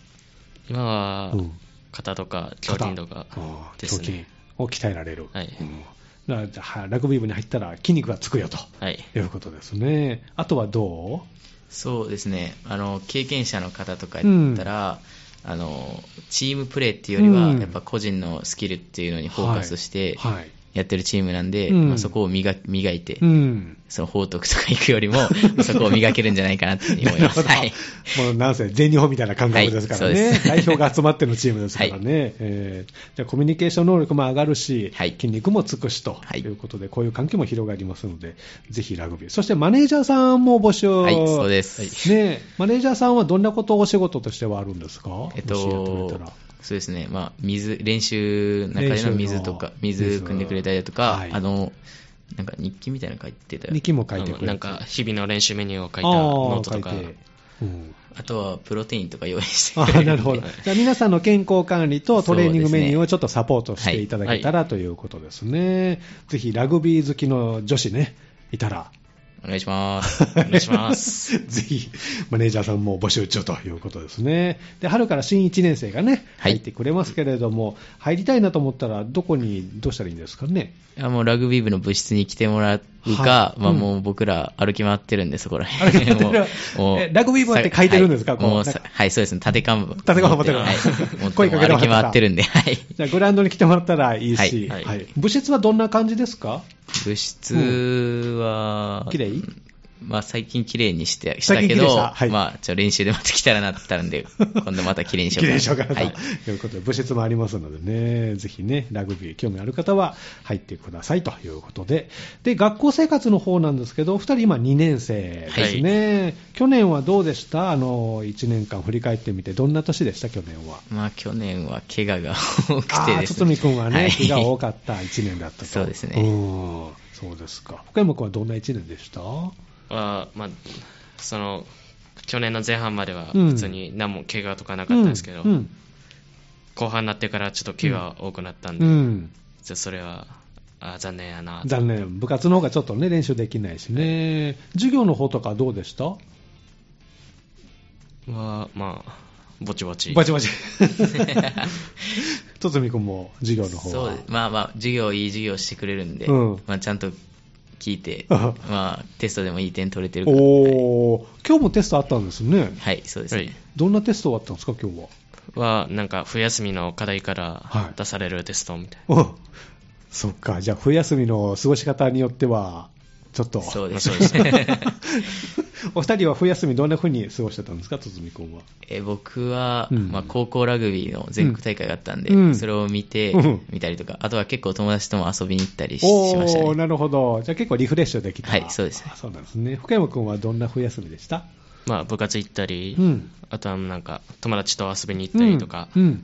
Speaker 3: 今は
Speaker 1: う、ん
Speaker 3: 肩とか、胸筋とか
Speaker 1: 肩あー
Speaker 3: ですね。
Speaker 1: 胸筋を鍛えられる、
Speaker 3: はい
Speaker 1: うんだからじゃあラグビー部に入ったら筋肉がつくよと
Speaker 3: はい。
Speaker 1: いうことですね、あとはど
Speaker 2: そうですねあの経験者の方とかやったら、あのチームプレーっていうよりは、
Speaker 1: うん
Speaker 2: やっぱ個人のスキルっていうの
Speaker 1: う
Speaker 2: にフォーカスして
Speaker 1: はいはい
Speaker 2: やってるチームなんで、
Speaker 1: うん
Speaker 2: まあ、そこを磨磨いて、
Speaker 1: うん
Speaker 2: その報徳とか行くよりも、 そこを磨けるんじゃないかなっていうふうに思います。はい、
Speaker 1: もうなんせ全日本みたいな感覚ですから
Speaker 2: はい
Speaker 1: ね、
Speaker 2: そうです
Speaker 1: 代表が集まってのチームですからね、えーじゃあコミュニケーション能力も上がるし、
Speaker 2: はい
Speaker 1: 筋肉もつくしと
Speaker 2: はい
Speaker 1: いうことで、こういう環境も広がりますので、ぜひラグビー、そしてマネージャーさんも募集、
Speaker 2: はいそうです
Speaker 1: ねえ、マネージャーさんはどんなことをお仕事としてはあるんですか、
Speaker 2: えっ
Speaker 1: もしやってく
Speaker 2: と
Speaker 1: れたら、
Speaker 2: そうですね、まあ、水、練習の中での水とか、
Speaker 1: 練習の
Speaker 2: 水汲んでくれたりだとか、
Speaker 1: はい
Speaker 2: あの、なんか日記みたいなの書いてたよ
Speaker 1: 日記も書いてくれ
Speaker 3: あ
Speaker 1: て
Speaker 3: のなんか、日々の練習メニューを書いた
Speaker 1: あー
Speaker 3: ノートとか
Speaker 1: 書い、てうん
Speaker 2: あとはプロテインとか用意して
Speaker 1: あ
Speaker 2: くれるんで
Speaker 1: なるほど。じゃあ皆さんの健康管理とトレーニングメニューをちょっとサポートしていただけたらということですね。ぜひラグビー好きの女子ね、いたら、
Speaker 2: お願いします。
Speaker 3: お願いします。
Speaker 1: ぜひマネージャーさんも募集中ということですね。で、春から新1年生がね、
Speaker 2: は
Speaker 1: 入
Speaker 2: い
Speaker 1: ってくれますけれども、入りたいなと思ったらどこにどうしたらいいんですかね。
Speaker 2: いやもうラグビー部の部室に来てもらうか、
Speaker 1: はい
Speaker 2: まあ
Speaker 1: うん
Speaker 2: もう僕ら歩き回ってるんで、そ こら
Speaker 1: 歩き
Speaker 2: 辺。
Speaker 1: 回ってる
Speaker 2: もう
Speaker 1: えラグビー部って書いてるんですか
Speaker 2: はい、
Speaker 1: こう
Speaker 2: もう
Speaker 1: なんか
Speaker 2: さはい、そうですね、縦看板。
Speaker 1: 縦看板持ってる
Speaker 2: はい、もう
Speaker 1: 声かけてもらった
Speaker 2: 歩き回ってるんで、はい。
Speaker 1: じゃあグラウンドに来てもらったらいいし、
Speaker 2: はい
Speaker 1: はい部室はどんな感じですか
Speaker 2: 部室は、
Speaker 1: 綺麗
Speaker 2: まあ最近綺麗にして、した
Speaker 1: 最近
Speaker 2: け
Speaker 1: 綺麗にし
Speaker 2: ど、
Speaker 1: たはい
Speaker 2: まあちょ練習でまた来たらなったん で、今度また綺麗にしよう
Speaker 1: 綺麗
Speaker 2: かな。
Speaker 1: にしようかなと、
Speaker 2: はい。
Speaker 1: い、うことで、部室もありますのでね、ぜひね、ラグビー興味ある方は入ってくださいということで、で、学校生活の方なんですけど、お二人今2年生ですね、去年はどうでしたあの、1年間振り返ってみて、どんな年でした去年は。
Speaker 2: まあ去年は怪我が多くて
Speaker 1: ああ、
Speaker 2: ですね。
Speaker 1: 堤君はね、
Speaker 2: い
Speaker 1: 気が多かった1年だったと。
Speaker 2: そうですね
Speaker 1: うん、そうですか。福山君はどんな1年でした
Speaker 3: は、まあ、その、去年の前半までは普通に何も怪我とかなかったんですけど、
Speaker 1: うんうん
Speaker 3: 後半になってからちょっと怪我多くなったん
Speaker 1: う
Speaker 3: で、
Speaker 1: ん
Speaker 3: ちょっとそれはあ残念やなと
Speaker 1: 残念、部活の方がちょっとね、練習できないしね、授業の方とかどうでした
Speaker 3: は、まあ、ぼちぼち。
Speaker 1: バチ バチ。とつみくんも授業の方
Speaker 2: そう
Speaker 1: は
Speaker 2: で。すまあまあ、授業いい授業してくれるんで、
Speaker 1: うん、
Speaker 2: まあちゃんと聞いて まあテストでもいい点取れてるから。はい
Speaker 1: おー、今日もテストあったんですね。
Speaker 2: はい、そうですね。
Speaker 1: どんなテストがあったんですか、今日は。
Speaker 3: は、なんか、冬休みの課題か
Speaker 1: はい
Speaker 3: ら出されるテストみたい
Speaker 1: うんそっか、じゃあ冬休みの過ごし方によっては、ちょっと。
Speaker 2: そう
Speaker 3: な。
Speaker 2: で
Speaker 3: そ
Speaker 2: す
Speaker 3: う。ですね。
Speaker 1: お二人は冬休みどんな風に過ごしてたんですか、とつみくんは。
Speaker 2: え僕は、
Speaker 1: うん
Speaker 2: まあ、高校ラグビーの全国大会があったんで、
Speaker 1: うん
Speaker 2: それを見て、
Speaker 1: うん
Speaker 2: 見たりとか、あとは結構友達とも遊びに行ったりししました
Speaker 1: おー、
Speaker 2: ね。
Speaker 1: なるほど。じゃあ結構リフレッシュできた。
Speaker 2: はいそうです
Speaker 1: あそうなんですね。福山くんはどんな冬休みでした
Speaker 3: まあ、部活行ったり、
Speaker 1: うん
Speaker 3: あとはなんか、友達と遊びに行ったりとか、
Speaker 1: うんうん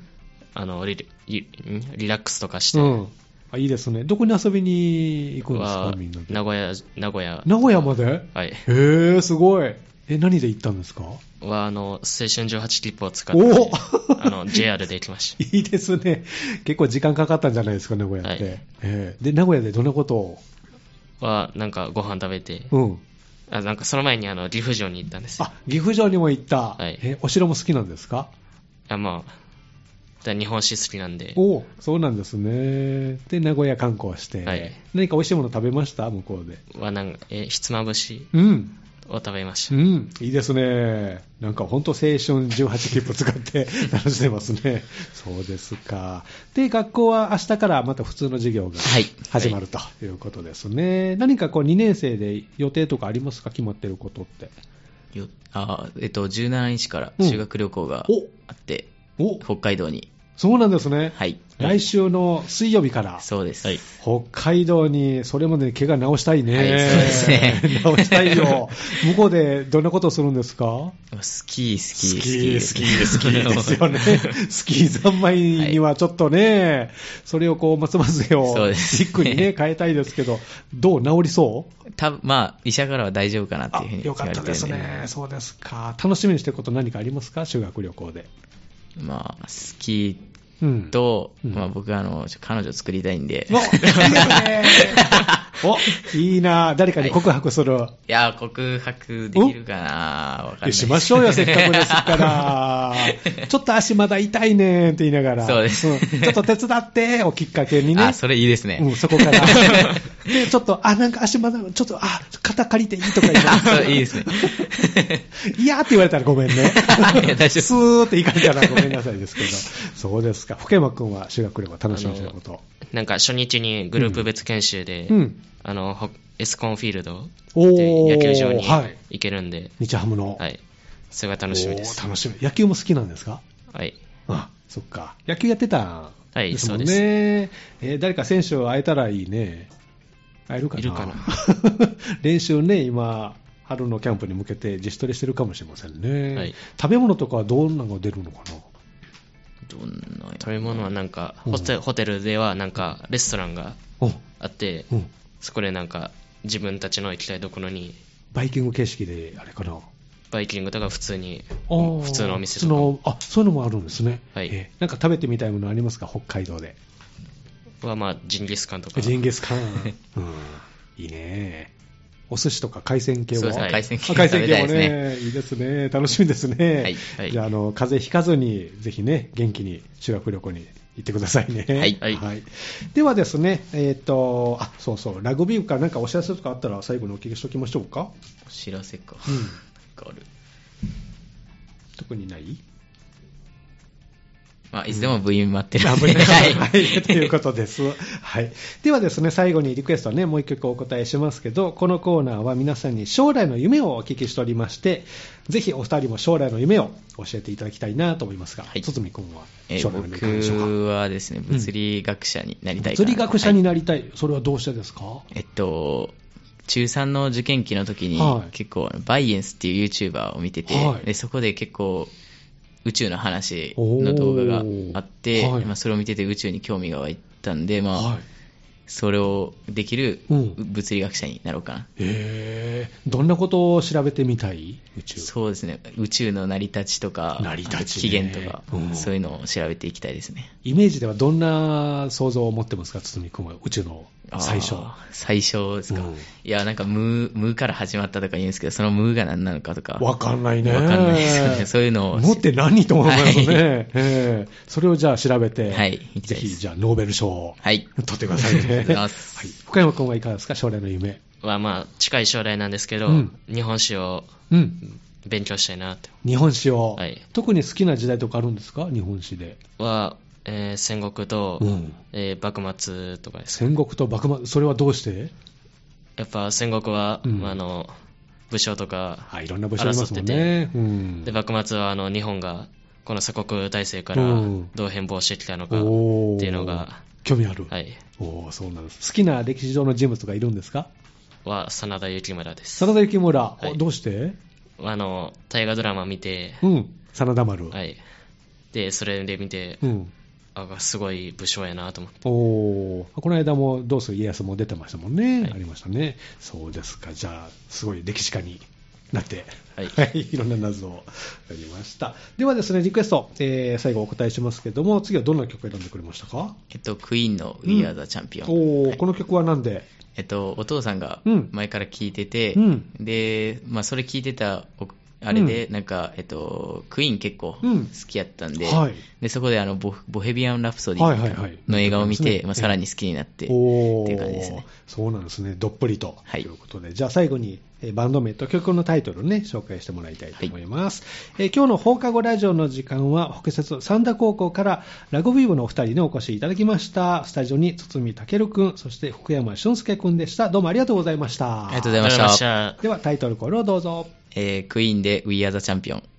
Speaker 3: あのリリリリラックスとかして、
Speaker 1: うんあ。いいですね。どこに遊びに行くんですか
Speaker 3: は、
Speaker 1: みんなで。
Speaker 3: 名古屋、名古屋、
Speaker 1: 名古屋まで
Speaker 3: はい
Speaker 1: へえ、すごい。ええ、何で行ったんですか
Speaker 3: は、あの、青春18切符を使って、
Speaker 1: お
Speaker 3: あの、JR で行きました。
Speaker 1: いいですね。結構時間かかったんじゃないですか、名古屋って。
Speaker 3: はい
Speaker 1: ええで、名古屋でどんなことを
Speaker 3: は、なんかご飯食べて、
Speaker 1: うん。
Speaker 3: あなんかその前にあの、岐阜城に行ったんですよ。
Speaker 1: あ、岐阜城にも行った。
Speaker 3: はい
Speaker 1: え、お城も好きなんですか
Speaker 3: あまあ、だ日本史好きなんで、
Speaker 1: おお、そうなんですね。で、名古屋観光して。
Speaker 3: はい
Speaker 1: 何か美味しいもの食べました向こうで。
Speaker 3: はなんか、え、ひつまぶし
Speaker 1: うん。
Speaker 3: を食べまし
Speaker 1: う
Speaker 3: た。
Speaker 1: ん、いいですね。なんか本当青春18切符使って 楽しんでますね。そうですか。で、学校は明日からまた普通の授業が
Speaker 2: はい
Speaker 1: 始まるということですね。何かこう2年生で予定とかありますか決まってることって。
Speaker 2: よあーえっと、17日から
Speaker 1: うん
Speaker 2: 修学旅行が
Speaker 1: お
Speaker 2: あって、
Speaker 1: お、
Speaker 2: 北海道に、
Speaker 1: そうなんですね。
Speaker 2: はい、
Speaker 1: 来週の水曜日から。
Speaker 2: そうです、
Speaker 3: はい
Speaker 1: 北海道に、それまでに怪我直したいね。
Speaker 2: はいそうで すね
Speaker 1: 直したいよ。向こうでどんなことをするんですか
Speaker 2: スキー、スキー、。
Speaker 1: スキー、スキーですよね スキー三昧にはちょっとね、それをこう、松葉杖を
Speaker 2: そうです
Speaker 1: チックにね、変えたいですけど、どう治りそう
Speaker 2: 多分まあ、医者からは大丈夫かなって
Speaker 1: あ
Speaker 2: いうふうに言
Speaker 1: よ
Speaker 2: わ
Speaker 1: かっ
Speaker 2: れて
Speaker 1: た
Speaker 2: るんで、
Speaker 1: ですね。そうですか。楽しみにしてること何かありますか修学旅行で。
Speaker 2: まあ、スキ
Speaker 1: うん
Speaker 2: ーと、
Speaker 1: うん
Speaker 2: まあ、僕はあのちょ彼女作りたいんで、
Speaker 1: お、いいですね。お、いいな。誰かに告白する。
Speaker 2: いやー、告白できるかな、わかんない
Speaker 1: しましょうよ、せっかくですから。ちょっと足まだ痛いねんって言いながら。
Speaker 2: そうです
Speaker 1: んちょっと手伝ってをきっかけにね。
Speaker 2: あ、それいいですね。
Speaker 1: うん、そこ から。 で、ちょっと、あ、なんか足まだ、ちょっと、あ、肩借りていいとか言
Speaker 2: あ、そ
Speaker 1: っ
Speaker 2: れいいですね。
Speaker 1: て。いやーって言われたらごめんね。
Speaker 2: いや大丈夫
Speaker 1: スーって行かれたらごめんなさいですけど。そうですか。福山くんは修学旅行楽しみにしてること。
Speaker 3: なんか初日にグループ別研修で、
Speaker 1: うん。
Speaker 3: あの、ほエスコンフィールド
Speaker 1: お
Speaker 3: で
Speaker 1: ー
Speaker 3: 野球場に
Speaker 1: はい
Speaker 3: 行けるんで、
Speaker 1: 日ハムの。
Speaker 3: はい。それが楽しみです
Speaker 1: おー。楽しみ。野球も好きなんですか
Speaker 3: はい。
Speaker 1: あ、そっか。野球やってた。
Speaker 3: はい
Speaker 1: もん
Speaker 3: そう
Speaker 1: ね。えー誰か選手を会えたらいいね。会えるかない
Speaker 3: るかな
Speaker 1: 練習ね、今、春のキャンプに向けて自主トレしてるかもしれませんね。
Speaker 3: はい
Speaker 1: 食べ物とかはどんなのが出るのかな
Speaker 2: どんな
Speaker 3: 食べ物はなんか、
Speaker 1: うん
Speaker 3: ホテホテルではなんかレストランが
Speaker 1: お
Speaker 3: あって、
Speaker 1: うん。
Speaker 3: そこでなんか自分たちの行きたいところに
Speaker 1: バイキング形式で、あれかな。
Speaker 3: バイキングとか普通に
Speaker 1: あー
Speaker 3: 普通のお店
Speaker 1: 普通
Speaker 3: と
Speaker 1: のあ、そういうのもあるんですね。
Speaker 3: はい
Speaker 1: えーなんか食べてみたいものありますか北海道で。
Speaker 3: かはまあジンギスカンとか
Speaker 1: ジンギスカン。 うん。いいね。お寿司とか海鮮系は
Speaker 2: そうですね、
Speaker 3: はい
Speaker 2: 海鮮系
Speaker 1: あ海鮮
Speaker 2: 食べ
Speaker 1: 系
Speaker 2: たいで
Speaker 1: も
Speaker 2: すね。
Speaker 1: ね、いいですね、楽しみですね。
Speaker 2: はいはい
Speaker 1: じゃあ、あの風邪ひかずに、ぜひね、元気に修学旅行に行ってくださいね。
Speaker 2: い
Speaker 1: は。
Speaker 3: はいい
Speaker 1: ではですね、えっ、と、あ、そうそう、ラグビー部からなんかお知らせとかあったら、最後にお聞きしておきましょうか。
Speaker 2: お知らせか。
Speaker 1: うん
Speaker 2: なんかある。
Speaker 1: 特にない
Speaker 2: まあ、いつでも部員待ってる
Speaker 1: あ
Speaker 2: ん
Speaker 1: ぶ
Speaker 2: で。
Speaker 1: ねはい、
Speaker 2: は
Speaker 1: ということです。はい。ではですね、最後にリクエストはね、もう一曲お答えしますけど、このコーナーは皆さんに将来の夢をお聞きしておりまして、ぜひお二人も将来の夢を教えていただきたいなと思いますが、
Speaker 2: はい
Speaker 1: 堤君は
Speaker 2: え
Speaker 1: 将来の夢いかがでしょうか。
Speaker 2: 僕はですね、物理学者になりたいか
Speaker 1: 物
Speaker 2: な
Speaker 1: 理学者に
Speaker 2: はい
Speaker 1: なりたい,、それはどうしてですか
Speaker 2: えっと、中3の受験期の時に、
Speaker 1: はい
Speaker 2: 結構、バイエンスっていう YouTuber を見てて、
Speaker 1: はい
Speaker 2: でそこで結構、宇宙の話の動画があって、
Speaker 1: おーはい
Speaker 2: まあ、それを見てて宇宙に興味が湧いたんで、まあ
Speaker 1: はい。
Speaker 2: それをできる
Speaker 1: うん
Speaker 2: 物理学者になろうかな。
Speaker 1: えー、どんなことを調べてみたい宇宙。
Speaker 2: そうですね宇宙の成り立ちとか
Speaker 1: 成り立ち
Speaker 2: 起
Speaker 1: ね
Speaker 2: 源とか、
Speaker 1: うん
Speaker 2: そういうのを調べていきたいですね
Speaker 1: イメージではどんな想像を持ってますか、堤君は宇宙の最初。
Speaker 2: あー最初ですか、
Speaker 1: うん
Speaker 2: いやなんかムームーから始まったとか言うんですけどそのムーが何なのかとか
Speaker 1: わかんないね。
Speaker 2: わかんないですよねそういうのを
Speaker 1: 持って何と思いますね。
Speaker 2: はい
Speaker 1: ええそれをじゃあ調べて、
Speaker 2: はい行きた
Speaker 1: ぜ
Speaker 2: いです
Speaker 1: ひじゃあノーベル賞を
Speaker 2: はい
Speaker 1: 取ってくださいね。
Speaker 2: ありがとうございます
Speaker 1: はい、深山君はいかがですか、将来の夢。
Speaker 3: はまあ近い将来なんですけど、
Speaker 1: うん
Speaker 3: 日本史を
Speaker 1: うん。
Speaker 3: 勉強したいなと
Speaker 1: 日本史を、
Speaker 3: はい
Speaker 1: 特に好きな時代とかあるんですか、日本史で。
Speaker 3: は、えー戦国と、
Speaker 1: うん
Speaker 3: えー幕末とかです
Speaker 1: 戦国と幕末、それはどうして
Speaker 3: やっぱ戦国は、
Speaker 1: うん
Speaker 3: まああの武将とか
Speaker 1: あいろんな部署ありますもんね。うん
Speaker 3: で幕末はあの日本がこの鎖国体制から
Speaker 1: うん
Speaker 3: どう変貌してきたのかって
Speaker 1: おー
Speaker 3: いうのが、
Speaker 1: 興味ある。
Speaker 3: はい、
Speaker 1: おーそうなんです。好きな歴史上の人物とかいるんですか
Speaker 3: は真田幸村です
Speaker 1: 真田幸村、お
Speaker 3: はい
Speaker 1: どうして
Speaker 3: あの大河ドラマ見て、
Speaker 1: うん。真田丸。
Speaker 3: はい、でそれで見て、
Speaker 1: うん。
Speaker 3: あすごい武将やなと思って
Speaker 1: おーこの間も「どうする家康」も出てましたもんね、
Speaker 3: はい
Speaker 1: ありましたねそうですかじゃあすごい歴史家になって、
Speaker 2: はい
Speaker 1: い、いろんな謎をやりました。ではですね、リクエスト、えー最後お答えしますけども、次はどんな曲を選んでくれましたか
Speaker 2: えっと、クイーンの We Are the Champion、
Speaker 1: おー
Speaker 2: はい
Speaker 1: この曲はなんで
Speaker 2: えっと、お父さんが
Speaker 1: うん
Speaker 2: 前から聞いてて、
Speaker 1: うん
Speaker 2: で、まあ、それ聞いてたおあれで、なんか、えっと、クイーン結構
Speaker 1: うん
Speaker 2: 好きやったんで、
Speaker 1: はい
Speaker 2: でそこであのボボヘビアン・ラプソデ
Speaker 1: はいはいはい
Speaker 2: ィの映画を見て、
Speaker 1: 見てますね
Speaker 2: まあ、さらに好きになって、
Speaker 1: おー
Speaker 2: っていう感じですね
Speaker 1: そうなんですね、どっぷりと。
Speaker 2: はい
Speaker 1: ということで、じゃあ最後に、えーバンド名と曲のタイトルをね、紹介してもらいたいと思います。えー今日の放課後ラジオの時間は、北節三田高校からラグビー部のお二人にお越しいただきました。スタジオに堤健くん、そして福山俊介くんでした。どうもありがとうございました。
Speaker 2: ありがとうござい
Speaker 3: ありが
Speaker 2: ま
Speaker 3: とう
Speaker 2: し
Speaker 3: ございま
Speaker 2: た
Speaker 3: した。
Speaker 1: ではタイトルコールをどうぞ。
Speaker 2: えークイーンで We Are the Champion